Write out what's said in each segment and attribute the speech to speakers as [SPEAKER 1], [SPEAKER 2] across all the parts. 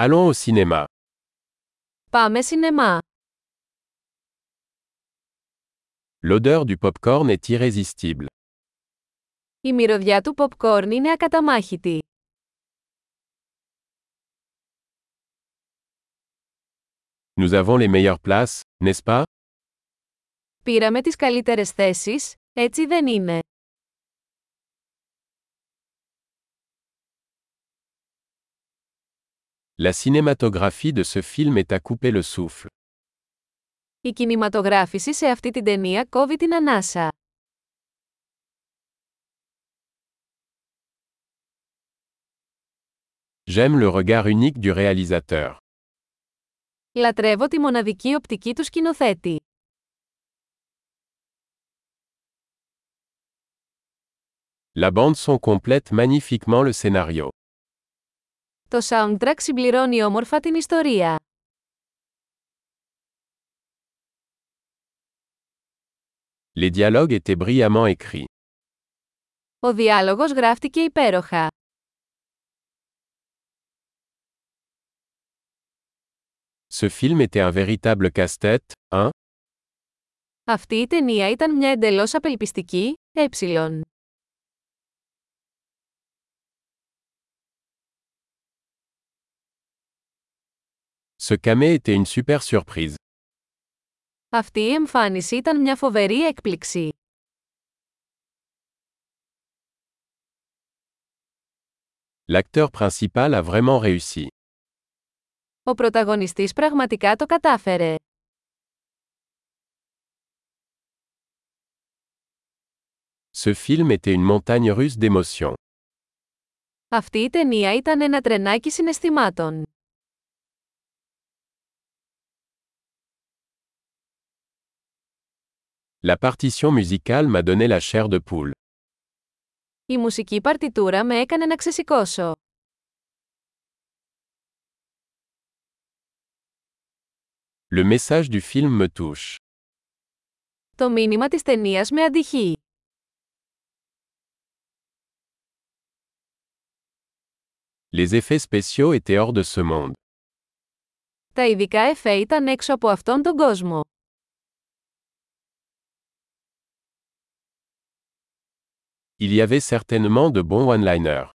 [SPEAKER 1] Allons au cinéma.
[SPEAKER 2] Πάμε σινεμά.
[SPEAKER 1] L'odeur du pop-corn est irrésistible.
[SPEAKER 2] Η μυρωδιά του popcorn είναι ακαταμάχητη.
[SPEAKER 1] Nous avons les meilleures places, n'est-ce pas
[SPEAKER 2] Πήραμε τις καλύτερες θέσεις, έτσι δεν είναι.
[SPEAKER 1] La cinématographie de ce film est à couper le souffle.
[SPEAKER 2] Η κινηματογράφηση σε αυτή την ταινία κόβει την ανάσα.
[SPEAKER 1] J'aime le regard unique du réalisateur.
[SPEAKER 2] Λατρεύω τη μοναδική οπτική του σκηνοθέτη.
[SPEAKER 1] La bande-son complète magnifiquement le scénario.
[SPEAKER 2] Το soundtrack συμπληρώνει όμορφα την ιστορία.
[SPEAKER 1] Les dialogues étaient brillamment écrits.
[SPEAKER 2] Ο διάλογος γράφτηκε υπέροχα.
[SPEAKER 1] Ce film était un véritable casse-tête, hein
[SPEAKER 2] Αυτή η ταινία ήταν μια εντελώς απελπιστική, ε.
[SPEAKER 1] Ce camé était une super surprise.
[SPEAKER 2] Αυτή η εμφάνιση ήταν μια φοβερή έκπληξη.
[SPEAKER 1] L'acteur principal a vraiment réussi.
[SPEAKER 2] Ο πρωταγωνιστής πραγματικά το κατάφερε.
[SPEAKER 1] Ce film était une montagne russe d'émotions.
[SPEAKER 2] Αυτή η ταινία ήταν ένα τρενάκι συναισθημάτων.
[SPEAKER 1] La partition musicale m'a donné la chair de poule.
[SPEAKER 2] Η μουσική παρτιτούρα με έκανε να ξεσηκώσω.
[SPEAKER 1] Le message du film me touche.
[SPEAKER 2] Το μήνυμα της ταινία με αντυχεί.
[SPEAKER 1] Les effets spéciaux étaient hors de ce monde.
[SPEAKER 2] Τα ειδικά εφέ ήταν έξω από αυτόν τον κόσμο.
[SPEAKER 1] Il y avait certainement de bons one-liners.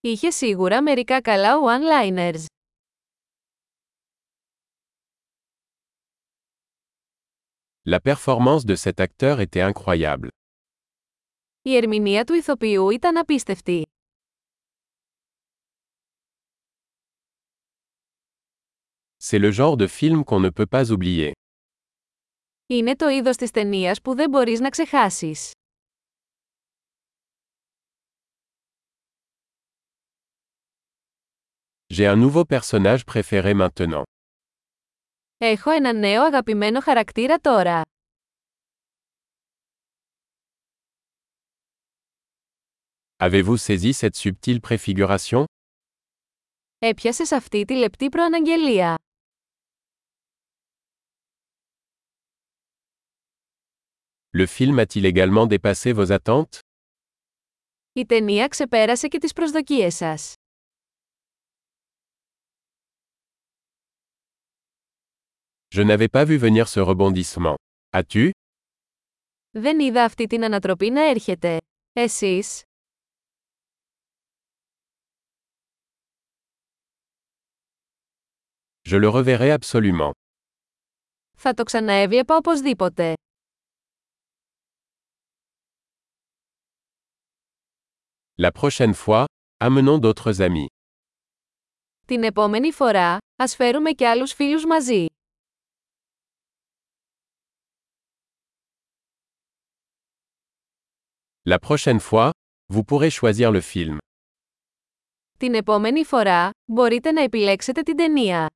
[SPEAKER 2] Είχε σίγουρα μερικά καλά one-liners.
[SPEAKER 1] La performance de cet acteur était incroyable.
[SPEAKER 2] Η ερμηνεία του ηθοποιού ήταν απίστευτη.
[SPEAKER 1] C'est le genre de film qu'on ne peut pas oublier.
[SPEAKER 2] Είναι το είδος της ταινία που δεν μπορείς να ξεχάσεις.
[SPEAKER 1] J'ai un nouveau personnage préféré maintenant.
[SPEAKER 2] Έχω ένα νέο αγαπημένο χαρακτήρα τώρα.
[SPEAKER 1] Avez-vous saisi cette subtile préfiguration
[SPEAKER 2] Έπιασες αυτή τη λεπτή προαναγγελία.
[SPEAKER 1] Le film a-t-il également dépassé vos attentes
[SPEAKER 2] Η ταινία ξεπέρασε και τις προσδοκίες σας.
[SPEAKER 1] Je n'avais pas vu venir ce rebondissement. As-tu
[SPEAKER 2] Δεν είδα αυτή την ανατροπή να έρχεται. Εσείς,
[SPEAKER 1] Je le reverrai absolument.
[SPEAKER 2] θα το ξαναέβλεπα οπωσδήποτε.
[SPEAKER 1] La prochaine fois, amenons d'autres amis.
[SPEAKER 2] Την επόμενη φορά, ας φέρουμε και άλλους φίλους μαζί.
[SPEAKER 1] La prochaine fois, vous pourrez choisir le film.
[SPEAKER 2] Την επόμενη φορά, μπορείτε να επιλέξετε την ταινία.